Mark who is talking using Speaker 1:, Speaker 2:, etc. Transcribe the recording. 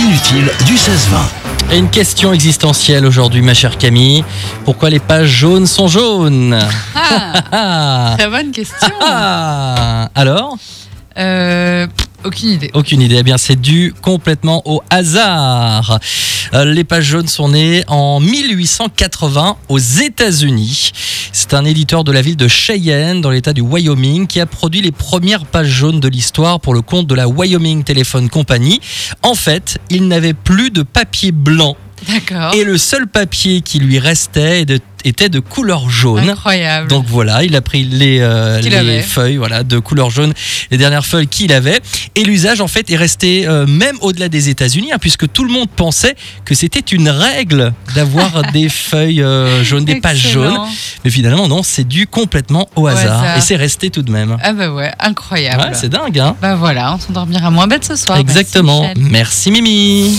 Speaker 1: utile du 16-20.
Speaker 2: Et une question existentielle aujourd'hui, ma chère Camille. Pourquoi les pages jaunes sont jaunes
Speaker 3: Ah,
Speaker 2: Ah
Speaker 3: très bonne question.
Speaker 2: Ah Alors
Speaker 3: Euh, pff, aucune idée.
Speaker 2: Aucune idée. Eh bien, c'est dû complètement au hasard. Euh, Les pages jaunes sont nées en 1880 aux États-Unis. C'est un éditeur de la ville de Cheyenne, dans l'état du Wyoming, qui a produit les premières pages jaunes de l'histoire pour le compte de la Wyoming Telephone Company. En fait, il n'avait plus de papier blanc
Speaker 3: D'accord.
Speaker 2: Et le seul papier qui lui restait est de- était de couleur jaune.
Speaker 3: Incroyable.
Speaker 2: Donc voilà, il a pris les, euh,
Speaker 3: Qu'il
Speaker 2: les
Speaker 3: avait.
Speaker 2: feuilles voilà, de couleur jaune, les dernières feuilles qu'il avait. Et l'usage, en fait, est resté euh, même au-delà des États-Unis, hein, puisque tout le monde pensait que c'était une règle d'avoir des feuilles euh, jaunes, des pages jaunes.
Speaker 3: Excellent.
Speaker 2: Mais finalement, non, c'est dû complètement au
Speaker 3: Au
Speaker 2: hasard.
Speaker 3: hasard.
Speaker 2: Et c'est resté tout de même.
Speaker 3: Ah bah, bah ouais, incroyable.
Speaker 2: Ouais, c'est dingue, hein
Speaker 3: bah voilà, on s'endormira moins bête ce soir. Merci,
Speaker 2: Exactement.
Speaker 3: Michel.
Speaker 2: Merci Mimi.